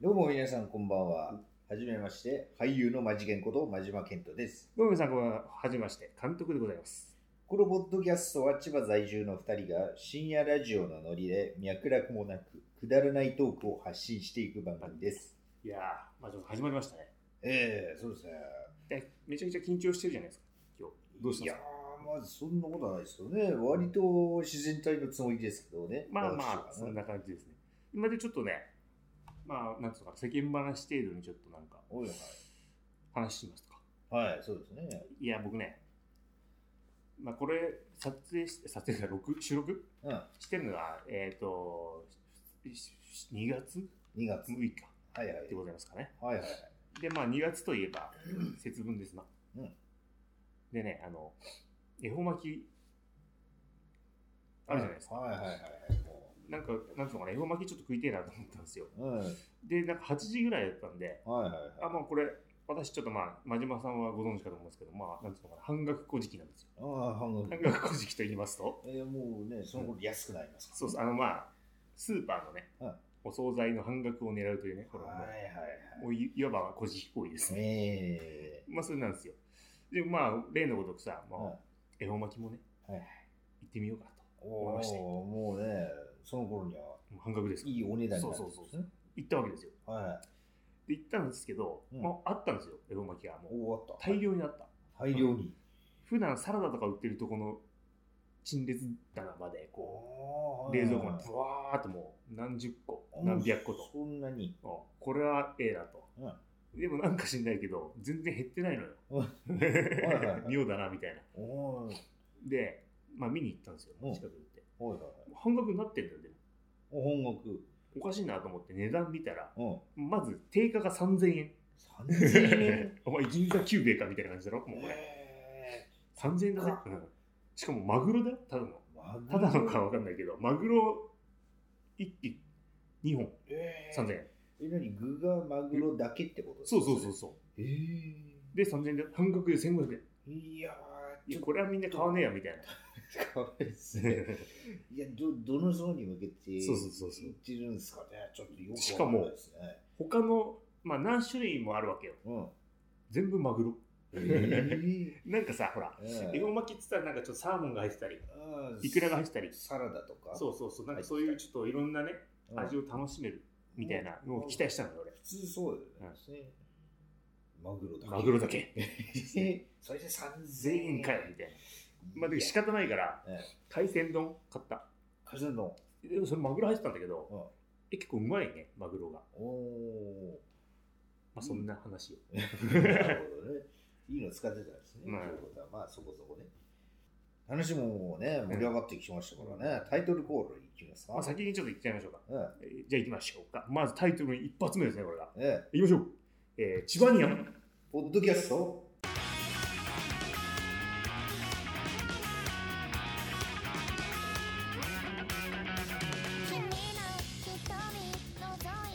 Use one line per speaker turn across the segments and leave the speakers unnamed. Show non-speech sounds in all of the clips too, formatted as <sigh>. どうも皆さんこんばんは。はじめまして、俳優のマジゲンこと真島健人です。
どうも皆さん、こんばんは。はじめまして、監督でございます。
このポッドキャストは千葉在住の2人が深夜ラジオのノリで脈絡もなくくだらないトークを発信していく番組です。
いやー、まあ、ちょっと始まりましたね。
ええそうですね。
でめちゃくちゃ緊張してるじゃないですか、今日。どうし
い
た
や
んですか
ー、まずそんなことはないですよね。割と自然体のつもりですけどね。
まあまあ、
私
そ
はね
んな感じですね。今でちょっとね、まあ、なんつうのか、世間話程度にちょっとなんか、
おい
話しますか。
はい。はい、そうですね。
いや、僕ね、まあ、これ、撮影し、撮影が録収録
うん、
してるのが、えっ、ー、と、2月
2月。
6日
はいはい。
でございますかね。
はいはい。
で、まあ、2月といえば、節分ですな。
うん
でね、あの、恵方巻き、あるじゃないですか。
はいはいはいはい。も
なんか、なんつうのかな、恵方巻きちょっと食いてえなと思ったんですよ。
ううん。はい
で、なんか8時ぐらいだったんで、
はいはい。
あ、まあ、これ、私ちょっとまあ、真島さんはご存知かと思うんですけど、まあ、なんつうのかな、半額小時期なんですよ。
ああ、半額。
半額小時期と言いますと、
えー、もうね、その頃安くなりますから、
そうそう、あのまあ、スーパーのね、
うん
お惣菜の半額を狙うというね、これはも
は
う
いはいはい。
もういいわば小時期行為ですね。
え
まあ、それなんですよ。で、まあ、例のごとくさ、
ー、
まあ、恵方巻きもね、
はいはい
行ってみようかなと。
お
回して
お、もうね、その頃には
もう半額ですから
いいお値段になって
そう
ま
そう
す
そ
ね。
行ったわけですよ。
はい。
で、行ったんですけど、
うん
まあ、あったんですよ、恵方巻きが。もう
お終わった。
大量にあった。
大量に。
普段サラダとか売ってるとこの陳列棚まで、こ
お
う、冷蔵庫にブワーっともう何十個、何百個と。
そんなに。
うんこれはええなと。
うん。
でもなんか知んないけど、全然減ってないの
うん
よ
はいはい。
<laughs> 妙だな、みたいな。
おお。はい
で、まあ見に行ったんですよ、
うん
近くに行って。
はいはい。
半額になってんだよ、でも。
お本額。
おかしいなと思って値段見たら、
うん。
まず定価が3000円。
三千円。
お前銀座久兵衛かみたいな感じだろもうこれ
え
3000円だぜ、うん、しかもマグロだよただの
ーマグロ
<laughs> ただのかわかんないけどマグロ1匹2本
えー
3000円
え、なに、具がマグロだけってこと
そうそうそう。そ
ええ
うで3000円で半額で1500円
ー。いやー、
い
ち
や
ょっ <laughs>
これはみんな買わねえやみたいな
と
<laughs>
かわいいですね。いや、ど、どの層に向けて、
そうそうそうそう
言ってるんですかね。ちょっとよく
しかも
わんないですね。
他のまあ何種類もあるわけよ
うん。
全部マグロ
え
なんかさほら
えー。
恵方巻きっつったらなんかちょっとサーモンが入ってたり
うん
イクラが入ってたり
サラダとか。
そうそうそうなんかそういうちょっといろんなね
うん
味を楽しめるみたいなのを期待したのよ俺
普通そうですね。マグロだけ。
マグロだけ
<laughs> えそれで3000
全員かよみたいなまあ、で仕方ないから
ええ、
海鮮丼買った。
カズの。
でもそれマグロ入ってたんだけど、
うん
え結構うまいね、マグロが。
おお
まあ、そんな話を。 <laughs>
ー。なるほどね。いいの使ってたんですね。
まあ
ということは、まあ、そこそこね。話もね、盛り上がってきましたからね。タイトルコールいきますか。
まあ、先にちょっと行っちゃいましょうか。
うん。
えーじゃあ行きましょうか。まずタイトル一発目ですね、これが。
ええ。
行きましょう。えー、千葉ニアン。
ポッドキャスト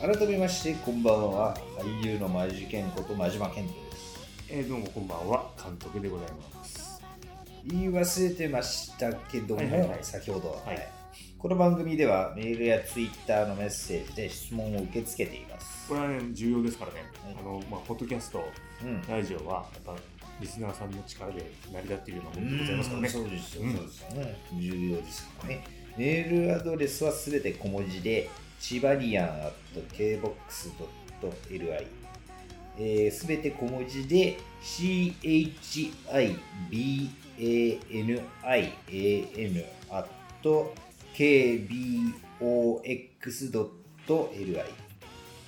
改めましてこんばんは俳優の前地健こと真島健人です
えー、どうもこんばんは、監督でございます。
言い忘れてましたけども、
はいはいはい
先ほどは、
はい
この番組ではメールやツイッターのメッセージで質問を受け付けています
これはね、重要ですからね。
はい
あの、まあ、ポッドキャスト、
うん
ラジオは、やっぱ、リスナーさんの力で成り立っているようなものでございますからね。
そうですよ、
うん
そうですよね。重要ですからね。メールアドレスはすべて小文字で、チバリアン KBOX.LI。えーす、べ、て小文字で、CHIBANIAN KBOX.LI
っ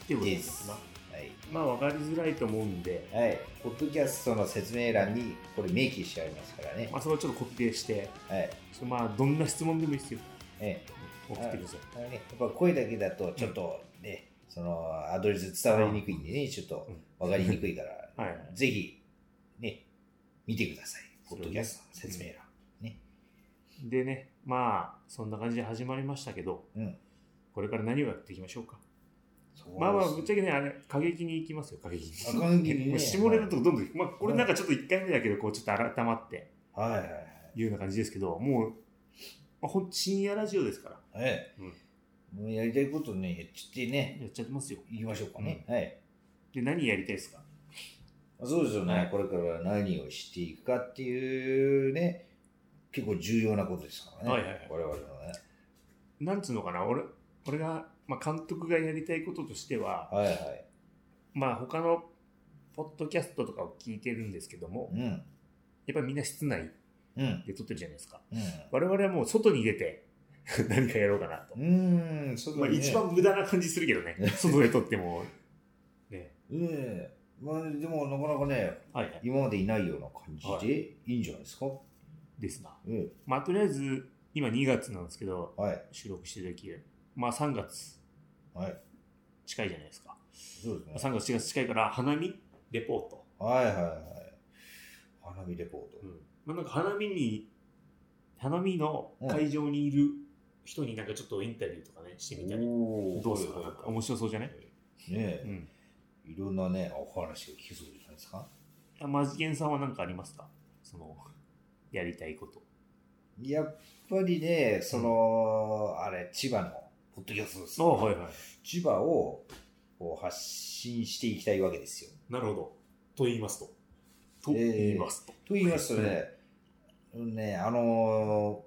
ていう
で
ことですす。。
はい
まあ、わかりづらいと思うんで、
はい、ポッドキャストの説明欄にこれ明記してありますからね。
まあ、それをちょっとコピペして、
はい、
それまあ、どんな質問でもいいですよ。
ええ
送ってください。
あのね、やっぱ声だけだとちょっとね、そのアドレス伝わりにくいんでね、ちょっと分かりにくいから、
<laughs> はい。
ぜひね、見てください。ポ
そう
ッ
ね
ドキャストの説明欄。
でね、まあ、そんな感じで始まりましたけど、
うん
これから何をやっていきましょうか。
そう
まあまあ、ぶっ
です
ちゃけね、あれ、過激に行きますよ、過激に。
あ過激にね
もう <laughs> 下ネタとかどんどん、まあ、これなんかちょっと1回目だけど、こう、ちょっと改まって、
はいはいはい。
いうような感じですけど、もう、まあ、ほん深夜ラジオですから、
ええ
うん
もうやりたいことね、言っちゃってね、
やっちゃってますよ。
言いましょうかね。はい。
で、何やりたいですか
そうですよね、
はい
これから何をしていくかっていうね、結構重要なことですからね。
はいはいはい
我々のね。
なんつうのかな、俺俺が、まあ、監督がやりたいこととしては、
はいはい。
まあ、他のポッドキャストとかを聞いてるんですけども
う、ん。
やっぱりみんな室内
うん。
で撮ってるじゃないですか。
うん。
我々はもう外に出て <laughs> 何かやろうかなと。
うーん、そ
まあ、一番無駄な感じするけ <laughs> どね、外で撮っても。ね、
ええまあ、でもなかなかね、
はいはい。
今までいないような感じでいいんじゃないですか。
ですな。
ええ
まあ、とりあえず、今2月なんですけど、
はい。
収録してる時まあ3月
はい。
近いじゃないですか。
そうですね。
3月、4月近いから、花見レポート。
はいはいはい。花火レポー
う
ト。
ん。まあ、なんか花見に、花見の会場にいる人になんかちょっとインタビューとかね、してみたり。
おー
どうですか
はい
な
は
ん
い
か面白そうじゃない
ね
う
え、
ん。
いろんなね、お話が聞けそうじゃないですか。
あマジケンさんは何かありますかその、やりたいこと。
やっぱりね、その、あれ、千葉のポッドキャストです、
ああ、はいはい。
千葉をこう発信していきたいわけですよ。
なるほど。と言いますと。と
えー
言いますと。
と言いますとね、うんねあの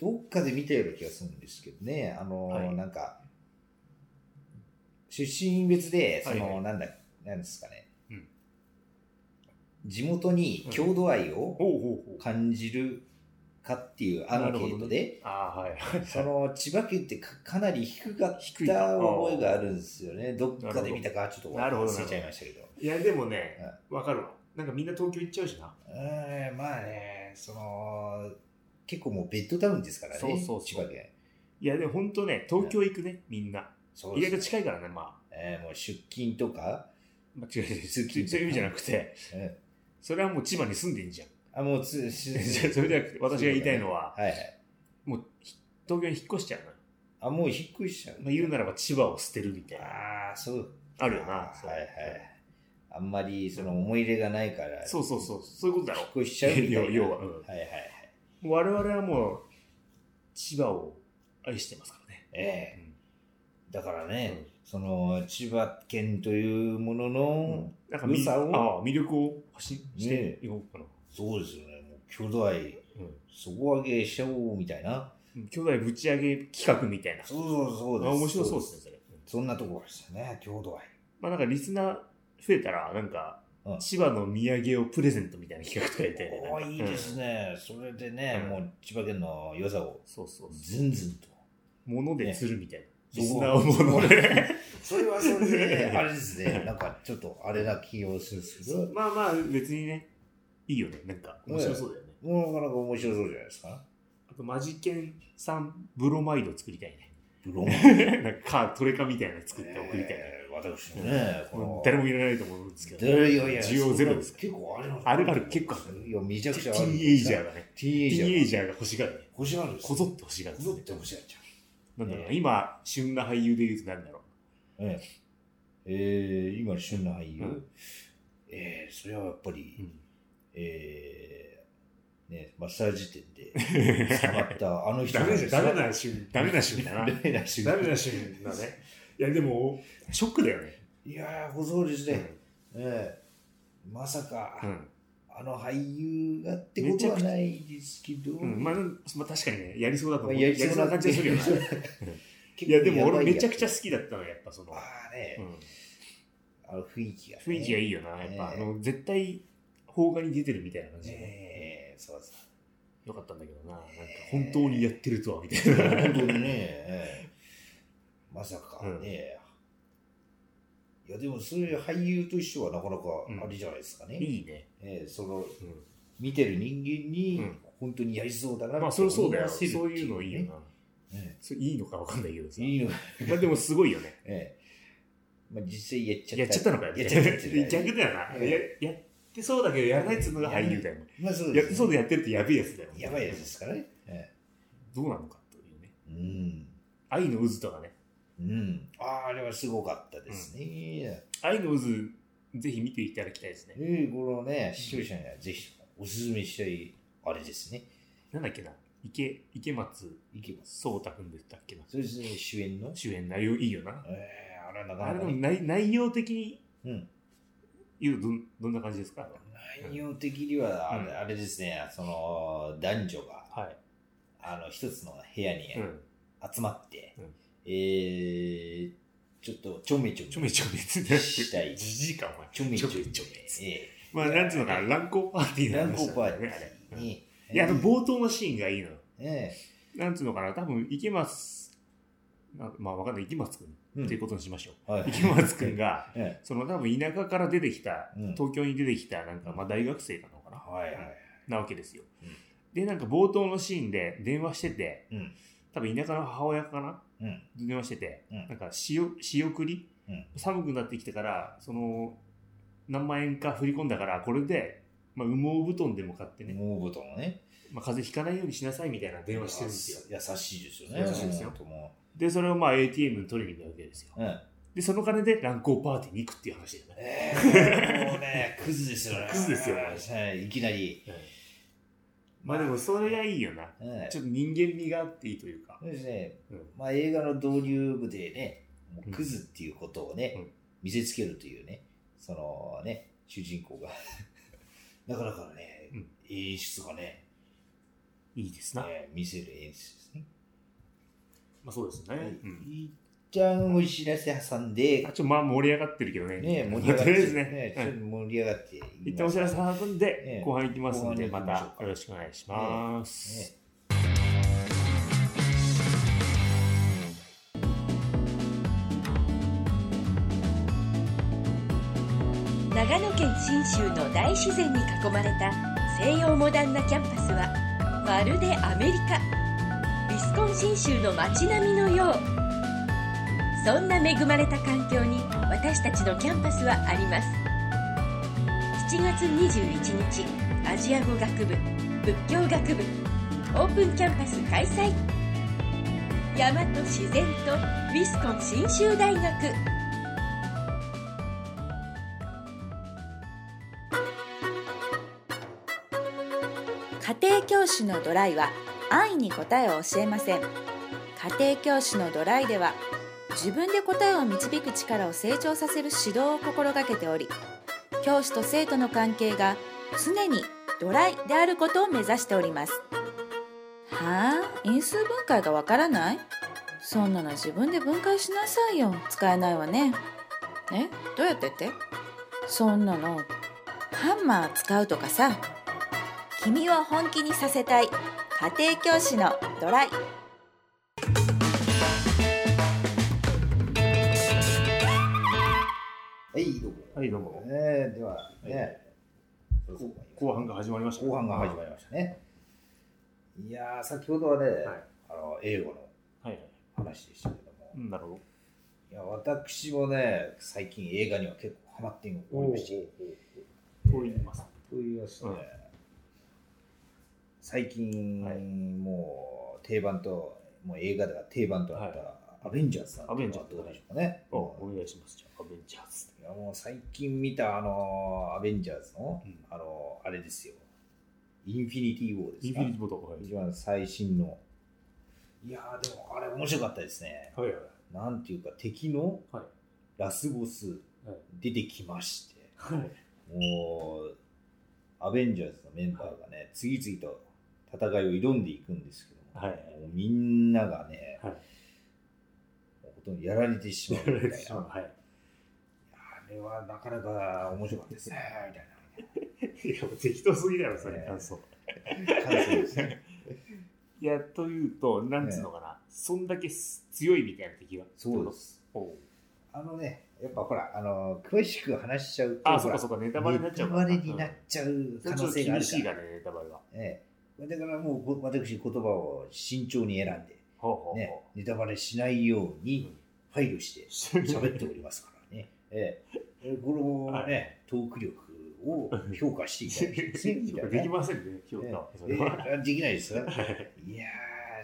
ーどっかで見たような気がするんですけどね、あのー
はい
なんか、出身別で、その、
はいはい
なんだ、なんですかね、
うん
地元に郷土愛を
ほうほうほう。
感じるかっていうアンケートで、
ああ、はい <laughs> はい。
その千葉県ってかかなり低かっ
低い
た覚えがあるんですよね。どっかで見たかちょっと
なるほど
忘れちゃいましたけど。
いや、でもね、わかるわ。なんかみんな東京行っちゃうしな。
うーん、まあね、その、結構もうベッドタウンですからね、
そうそうそう
千葉県。
いや、でも本当ね、東京行くね、みんな。
そう
意
です
外と
ね
近いからね、まあ。
えーもう出勤とか、
まあ、違う違う違う、
通勤
そういう意味じゃなくて、
え
それはもう千葉に住んでいいん <laughs> じゃん。
ーあ、もうつ、し
じゃあそれじゃなくて、私が言いたいのは、
はいはい。
もうひ東京に引っ越しちゃうのよ。
あ、もう引っ越しちゃう。
まあ、言うならば千葉を捨てるみたいな。
ああ、そう。
あるよな。
あー
そう
はいはい。あんまりその思い入れがないから、
そうそうそう、そういうことだろ。
引っ越しちゃうみたいな。
<laughs> 要は、う
はい
ん
はいはい。
もう我々はもう、千葉を愛してますからね。
ええだからね、
うん
その千葉県というものの、
なんかみ
良さを
ああ魅力を発信していこうかな。
そうですよね、もう巨大底上げしちゃおうみたいな。
うん、兄弟ぶち上げ企画みたいな。
そうそうそうです。
あ面白そうですね、それ。
そんなところですよね、郷土愛。
まあなんかリスナー増えたら、なんか
うん、
千葉の土産をプレゼントみたいな企画とかやりたいね
おー
なんか
いいですね、それでね、
うん
もう千葉県の良さを
うんそうそうそう。
ずんずんと。
物で釣るみたいな。リス
そう
ナーを物で。
<laughs> それはそれで、あれです
<laughs>
ね、なんかちょっとあれな気をするんですけど、
まあまあ、別にね、いいよね。なんか、面白そうだよね。
もうなかなか面白そうじゃないですか。
あと、マジケンさん、ブロマイド作りたいね。 <laughs>
ブロマン
なんか、トレカみたいなの作って送りたいね。
えー私もね、こ
もう
の
誰もいらないと思うんですけど。
いやいやいや、
需要ゼロです。
結構あるの
あるある結構ある
いや、めちゃ
テ
く
ィ
ちゃある。
ーンエイジャー
ー。
がね。
ティーンエ
テ
イ
ィ
ジャ
ー
ー。
ンエイジャーが欲しがるね。
欲しがるんです
こぞって欲しがるん
こ
で
ぞ
す
っ
ね。
て欲しがっちゃ
なんだろうな、
ええ
今、旬な俳優で言うと何だろ
う。えええー、今、旬な俳優。
うん
ええそれはやっぱり、
う。
ええね、マッサージ店で捕ま
<laughs>
ったあの人
<laughs> ダ
なん
メ
です
じゃん、ダメな旬、ダメな <laughs> 旬だな。
ダ
ダ
メな瞬
メな旬だね。いや、でも、ショックだよね。
いやー、ご存知で、ええまさか、
うん。
あの俳優がってことはないですけど、
うん、まあ、なんまあ、確かにね、やりそうだと
まあ
思う。やりそうな感じがするよね。 <laughs> いや、でも俺めちゃくちゃ好きだったの、やっぱその、
ああね、
うん
あの雰囲気が、ね。
雰囲気がいいよな。やっぱ、あの、絶対、邦画に出てるみたいな感じでね。
ねえそうそう。
よかったんだけどな。なんか、本当にやってるとは、みたいな。
本当にね、ええまさかね、いやでもそういう俳優としてはなかなかあれじゃないですかね。
<laughs> いいね。
ええその
うん。
見てる人間に
うん
本当にやりそうだな
まあ、それそうだよ。
思わ
そう
せるって
いうのいいよな。
ね。え
それいいのかわかんないけどさ
え。いいの、
まあ、でもすごいよね。
ええまあ、実際やっちゃった。
やっちゃったのかよ。
やっちゃったっていうね。
逆だよな。ややってそうだけど、やらないっつうのが俳優だよ。
まあそうで
やっ
す
て
ね
そうでやってるってやべえやつだよ。
やばいやつですからね。え
どうなのかというね。
えうん。
愛の渦とかね。
うん。ああ、あれはすごかったですね。
愛の渦、ぜひ見ていただきたいですね。
ええこのね、視聴者にはぜひおすすめしたいあれですね。
なんだっけな。池、池松
いけます。
壮太くんでしたっけな。
それで主演の
主演だよ、いいよな。
えー、あれなか
あ
な
れ
か
でも
ね、
内内容的に
うん、
言うとどんどんな感じですか
内容的にはあれ,、
うん
あれですね、その男女が
はい。
あの一つの部屋に
うん。
集まって、
うん
えー、ちょっとちょめちょめ
ちょめちょめつって。
したい
じじいか、お前。
ちょめちょめ
ちょめつって
え
まあ、なんつうのかな、乱行パーティー
ー、
な
乱
んで
交
す
パ
よ
ー
ね、
ティ
あ
ー
れ。
に、
いや、あの冒頭のシーンがいいの。
え
なんつうのかな、多分池松、なまあわかんない、池松くん
えうん
っていうことにしましょ
<laughs>
う。
はい
<laughs> 池松くんが、
え
その多分田舎から出てきた、
うん
東京に出てきた、なんかまあ大学生なのかな、
えはいはい。
なわけですよ
うん。
で、なんか冒頭のシーンで電話してて、
うん
多分田舎の母親かな、
うん
電話してて、
うん
なんか仕仕送り、
うん
寒くなってきてから、その、何万円か振り込んだから、これで、まあ、羽毛布団でも買ってね、
もうボトのね、
まあ、風邪ひかないようにしなさいみたいな電話してるんですよ。
優しいですよね。
優しいですよ
本当も
で、それをまあ ATM に取りに行くわけですよ。
う
<laughs>
うん
で、その金で乱行パーティーに行くっていう話だよね。
えー、もうね、クズですよね。
クズですよね
はいいきなり。
まあでもそれがいいよな。
うん
ちょっと人間味があっていいというか。
そうですね
うん。
まあ、映画の導入部でね、もうクズっていうことをね、
うん
見せつけるというね、そのね、主人公が。 <laughs> なかなかね、
うん
演出がね、
いいですな。
ね見せる演出ですね。
まあそうですね。
はい
うん
一旦お知らせ挟んで
あ、ちょっとまあ盛り上がってるけどね。
ね、
まあ
盛り
<laughs>
上がっ
と
て、
りあえずね。
ちょっ
うん
と盛り上がっていきます、
一旦お知らせ挟ん
え
で
え、
後半行きますので、
後半
ま
に行きましょうか
たよろしくお願いします。
長野県信州の大自然に囲まれた西洋モダンなキャンパスはまるでアメリカウィスコンシン州の街並みのようそんな恵まれた環境に私たちのキャンパスはあります7月21日アジア語学部仏教学部オープンキャンパス開催山と自然とウィスコン信州大学
家庭教師のドライは安易に答えを教えません家庭教師のドライでは自分で答えを導く力を成長させる指導を心がけており教師と生徒の関係が常にドライであることを目指しておりますはあ因数分解がわからないそんなの自分で分解しなさいよ使えないわねえどうやってってそんなのハンマー使うとかさ君を本気にさせたい家庭教師のドライ
はい、どうも。
はい、どうも。
えー、では、ね、そろそろ
後半が始まりました。
後半が始まりましたね。いやー、先ほどはね、
はい
あの英語の
はいはい。
話でしたけども、
うんなるほ
いや私もね、最近映画には結構ハマって
ど。
おりまして、
こう言います。
と言いますね、
うん
最近、
はい
もう定番と、もう映画では定番となった、アベンジャーズなんていうのはどうでしょうかね。
お
うん
お願いします。じゃあ、アベンジャーズ。
いやもう最近見たあのアベンジャーズの、
うん
あのあれですよ。インフィニティ・ウォーです
インフ
か
ィニティボトル。はい
一番最新の。いやーでもあれ面白かったですね。
はいはい。
なんていうか敵の
はい
ラスボス
はい
出てきまして、
はい。
もうアベンジャーズのメンバーがね、次々と戦いを挑んでいくんですけども、
はい
もうみんながね、
はい
もうほとんどやられてしまうみたいな。
はい。
あれはなかなか面白かったですね、みたいな。
いや、もう適当すぎだろ、それ
ね、
感想。
感想です <laughs> ね。
いや、というと、なんつうのかな、そんだけす強いみたいな敵が。。
そうですす。
おう
あのね、やっぱほら、あの詳しく話しちゃうと、
あ、
ほ
そっ
ら
かそっか、ネタバレになっちゃう
ネ
か
タ
ら。
バレになっちゃう可能性がある
ちょっと厳しい
か。
からね、ネタバレは。
ええ、だからもうこ私、言葉を慎重に選んで、
ほうほうほう。
ね、ネタバレしないように配慮して喋っておりますからね。ええ、これもね、トーク力を評価していただきたい
<laughs>
ですねみたいなね。
できませんね、評
え
価は。そ
え
れは。
ええできないですかいやー、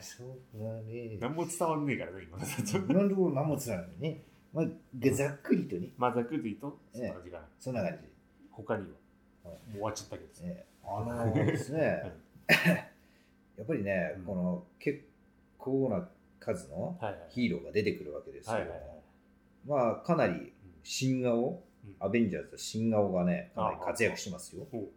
そうだね。
何も伝わんねえからね、今。
なんでも何もつながるね。まあ、がざっくりとね、
まあ、ざっくりと言うと、
え
そんな感じかな。
そんな感じ
他には。も
はいう
終わっちゃったけどさ。
で。ね、あのーですね、 <laughs> やっぱりね、
うん
この結構な数の
はいはい
ヒーローが出てくるわけですけども、
はいはいはい
まあかなり新顔、
うん
アベンジャーズは新顔がね、かなり活躍してますよ。
おう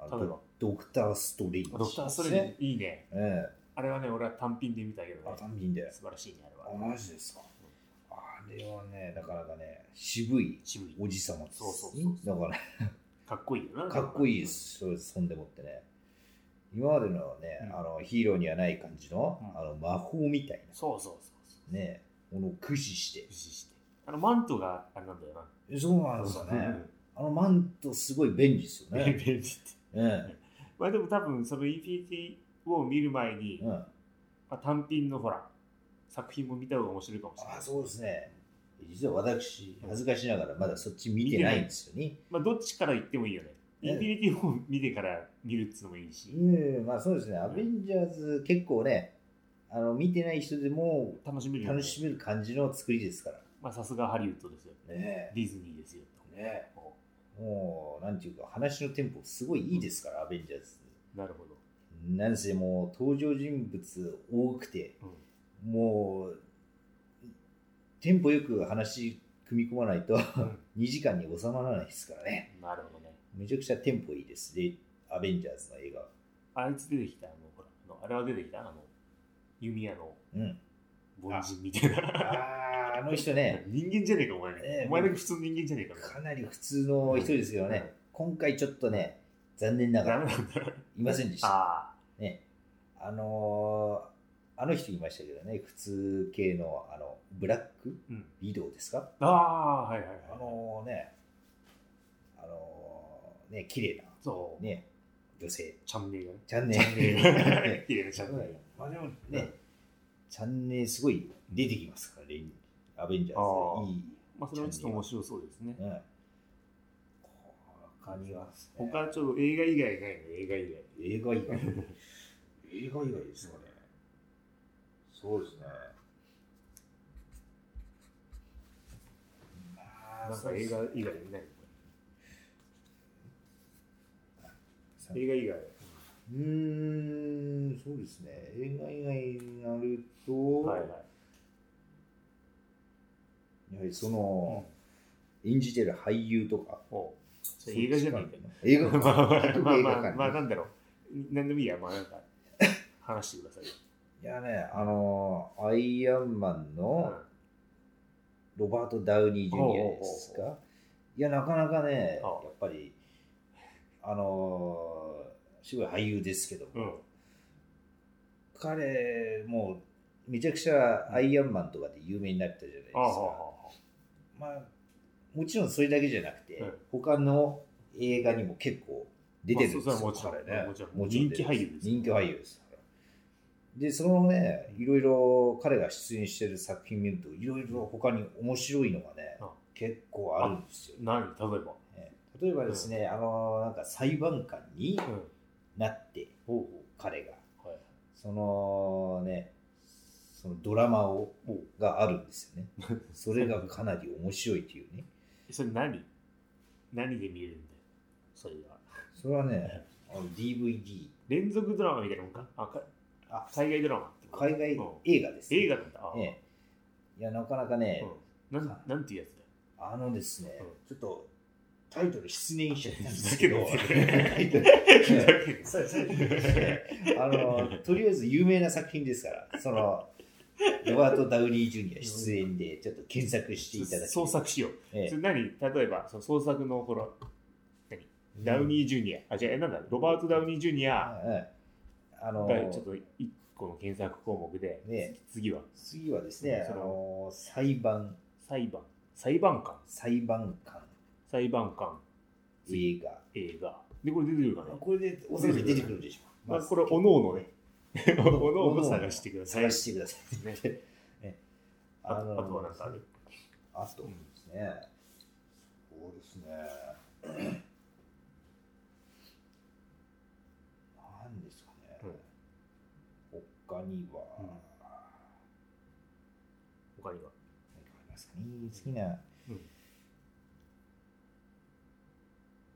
あ
例えば
のドクター・ストレインジ、
ドクター・ストレ
ね
ージいいね。
え
あれはね、俺は単品で見たけ
え
ど
あ、
ね、
単品で。
素晴らしいね、あ
あ、
れは。
マジですか。あれはね、なかなかね、渋い
渋い。
おじさまです。
そうそうそう
だから、
かっこいいよな。
かっこいいで。す、そうですそんでもってね。今までのね、
うん
あのヒーローにはない感じの,、
うん
あの魔法みたい
そうそうそうそう。
な、ね、ものを駆使して
無。視して。あの、マントがあれなんだよな。
そうなんですよね。あのマント、すごい便利ですよ
ベン
ね。
ベンって。
ね
まあでも多分、その EPT を見る前に、
うん、あ
まあ、単品のほら、作品も見た方が面白いかもしれない。
そうですね。実は私、恥ずかしながらまだそっち見てないんですよね。
まあ、どっちから言ってもいいよね。
うん
インフィニティを見てから見るっつのもいいし、
うん、まあそうですね。アベンジャーズ、結構ね、あの見てない人でも
楽しめるよね
楽しめる感じの作りですか
まあ、さすがハリウッドですよ。
ら。ね
ディズニーですよ。
ね
お
もう、なんていうか、話のテンポすごいいいですから、アベンジャーズ。
なるほど。
なんせもう、登場人物多くて、
うん
もう、テンポよく話組み込まないと、2時 <laughs> 間に収まらないですからね。
なるほどね。
めちゃくちゃテンポいいです。で、アベンジャーズの映画。
あいつ出てきた、あの、ほら、あのあれは出てきた、あの、弓矢の
うん。
凡人みたい
あ
な。
あ、あの人ね、
<laughs> 人間じゃねえか、お前ね。
ええ
お前だけ普通の人間じゃねえか。
かなり普通の人ですけどね、今回ちょっとね、残念なが
ダメ
ら
なんだろう。
いませんでした。
あ
ね、あのーあの人いましたけどね、普通系のあのブラック
あ、うん。
ビドウですか
ああ、はいはいはい。
あのーね、あのーね、綺麗
そう、
な、ね、女性、
チャンネ
<laughs>
ルがね。
チャンネ
チャンネルがね
ル。。
<laughs> 綺麗なチャンネルが。
まあでもね、チャンネルすごい出てきますからね、アベンジャ
あ
ー
ー
ズ。いい。
まあ、それはちょっと面白そうですね。
うん。他には、
他、ちょっと映画以外ないの、映画以外。
映画以外。映画以外ですかね。そうですね。まあ
なんか映画以外見ない
そう
映画以外。
うーん、そうですね。映画以外になると、
はいは
やはりその、演じてる俳優とか。
い。お映画じゃないんだよ。
映画
まあ
館
<laughs> まあまあ
映画
まあ、
館
まあ、なんだろう。何でもいいや、まあなんか、話してくださいよ。
いやね、あのアイアンマンのロバート・ダウニー・ジュニアですか。いや、なかなかね、や
ああ
っぱり、あのーすごい俳優ですけど
うん。う
も、
ん
彼、もう、めちゃくちゃアイアンマンとかで有名になったじゃないです
ああ、ああ
か。まあ、もちろんそれだけじゃなくて、
うん
他の映画にも結構出てるんです
まあそ
よ、
うそれはもちろん
彼ね
もちろん
出て
人気
ます
俳優です
人気俳優です。で、そのね、いろいろ彼が出演してる作品見ると、いろいろ他に面白いのがね
あ、
結構あるんですよ。
ああ。何例えば。
えー例えばですね、あのなんか裁判官に
うん。
なって、
おう
彼が、
おうはい。
そのね、そのドラマを
おう
があるんですよね。
<laughs>
それがかなり面白いというね。
それ何何で見れるんだよ。それは。
それはね、あの DVD、
連続ドラマみたいなもんかあか
あ
海外ドラマってこと
海外
うん
映画です、
映画なんだ。ああ
ええいや、なかなかね、
うんなんなんていうやつだよ。
あのですね、
う
ちょっとタイトル失念しちゃったんですけど、 <laughs> タイトルえ
ふざけんな
えあのとりあえず有名な作品ですから、その、ロバート・ダウニー・ジュニア出演で、ちょっと検索していただき
創作しよう。
え
それ何例えば、その創作のほら、ダウニー・ジュニア、あ、じゃあ、えなんだ、ロバート・ダウニー・ジュニア
ー、ええあの
がちょっと一個の検索項目で、
ね
次は
次はですね、
そ
あ
の
の裁判、
裁判、裁判官、
裁判官、
裁判官
映画。
映画。で、これ出てくるかな、
これでおそらく出てくるでしょう。
まあ、これ、おのおのね、 <laughs> おのおの探してください
探。してください。
ねあ
あ
あ
の
とはなんかある。
あとですね。そうですね。なんですかね。他には、
うん
何か
他には。
ありますかね。好きな。
うん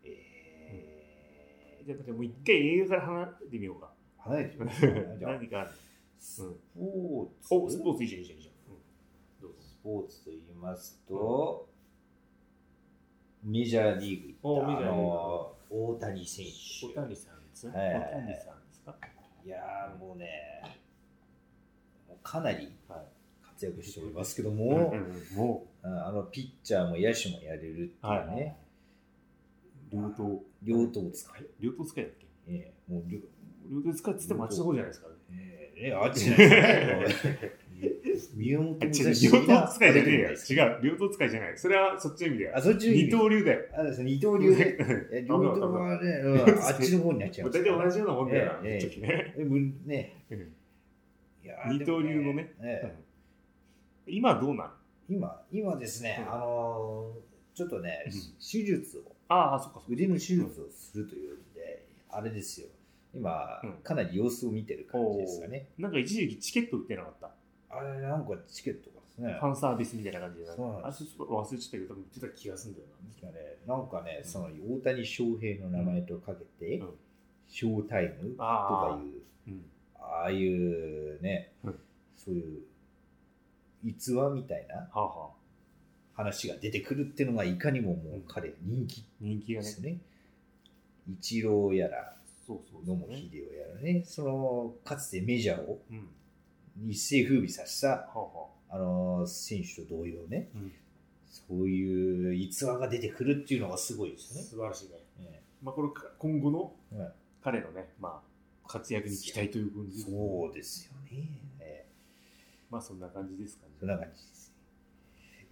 えー
じゃあ、もう一回映画から離れてみようか。
あ離れてるんですねじゃあ
<laughs> 何か、うん、
スポーツ
おスポーツいいじゃんいいじゃんいいじゃん、うん、どうぞ
スポーツと言いますと、メジャーリーグ行った
おメジャーリーグ
あの大谷選
小
手
谷さんですね、
はい
小谷さんですか
いやーもうねもうかなり
はい
活躍しておりますけど
うん
も、
うんうんも
うんあのピッチャーも野手もやれるっていうね、
はい両刀
両刀使い、
両刀使いだっけ
ええもう両
両刀使いっつってもあっちの方じゃないですかね
ええねあっちじゃないです
<laughs>
か身をもって
違
武
う
蔵
両刀使いじゃねえ
な
よ違う両刀使いじゃないそれはそっちの意味だよ
あそっちの意
二
味
刀流だよ
あそうですね二刀流でえ両
危
刀
ない
は
<laughs>
ね、うんあっちの方になっちゃい
大
ます
体
から
同じような <laughs> もんだよな
ええええ
ぶっちゃけね
えもうね
うん
いや
二刀流
で
のね
もええ
今どうなの
今今ですね、
うん
あのーちょっとね、
うん
手術を
ああそっかそっか
腕の手術をするというんで、あれですよ今、
うん
かなり様子を見てる感じですかね
なんか一時期チケット売ってなかった
あれなんかチケットがですね
ファンサービスみたいな感じでなんか
そうなん
あ
で
れちょっと忘れちゃったけど多分売ってた気がするんだよな
なんかねその大谷翔平の名前とかけて、
うん
ショータイムとか
あ
いう
あうん
ああいうね、
うん
そういう逸話みたいな
はあはあ
話が出てくるっていうのがいかにももう彼人気
人気が
で
ね
すね。一郎やら
そうそう
野茂
ね
英雄やらね、そのかつてメジャーを
うん
一世風靡させた
はあは
あの選手と同様ね、
あうん
そういう逸話が出てくるっていうのがすごいですね。
素晴らしいね
え
まあこれか今後の
えはい
彼のねまあ活躍に期待という感じ
そうですよね。ええ
まあそんな感じですかね
そんな感じです。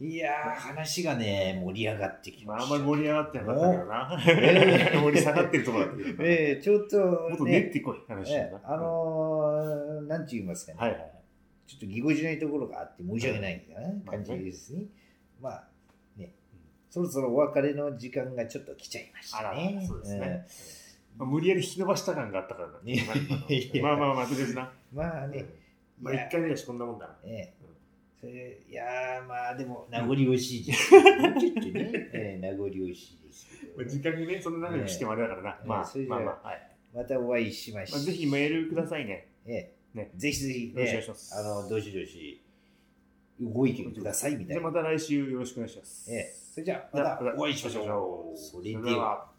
いやー、話がね、盛り上がってき
ま
ま
あ
し
あん
たね、
まり盛り上がってなかったからな
ええ
<laughs> 盛り下がってるところだったけどな
ええちょっと、ね、
もっと練ってこい話を
ええ
な
あのー、なんて言いますかね、
はいはい
ちょっとぎこちないところがあって申し訳ないみたい
ん
な感じですね。まあね、そろそろお別れの時間がちょっと来ちゃいました
あら
ね。
そうですねまあ無理やり引き伸ばした感があったからな
ね
<laughs> まあまあまあとりあえずな
うんまあね、
まあ
いや
1回目だしこんなもんだな
ええ
うん
それいやーまあでも名残惜しいで
<laughs>
すね。ちょっとね、ええ名残惜しいですけど
まあ
ね、
時間にねそんな長くしてもあれだからな
ええ
ま
ええそれじ
あ
ゃ
ま
あ
あまあはい
またお会いしましょ
まあ
う。
ぜひメールくださいね
ええ
ね
ぜひぜひ、
よろしくお願い
ね
します、
あのどしどしご意見くださいみたい
じゃ
な
あま。た来週よろしくお願いします
ええ、それじゃあまたお会いしましょう。
そ
そ
れ
れ
で
で
は
は。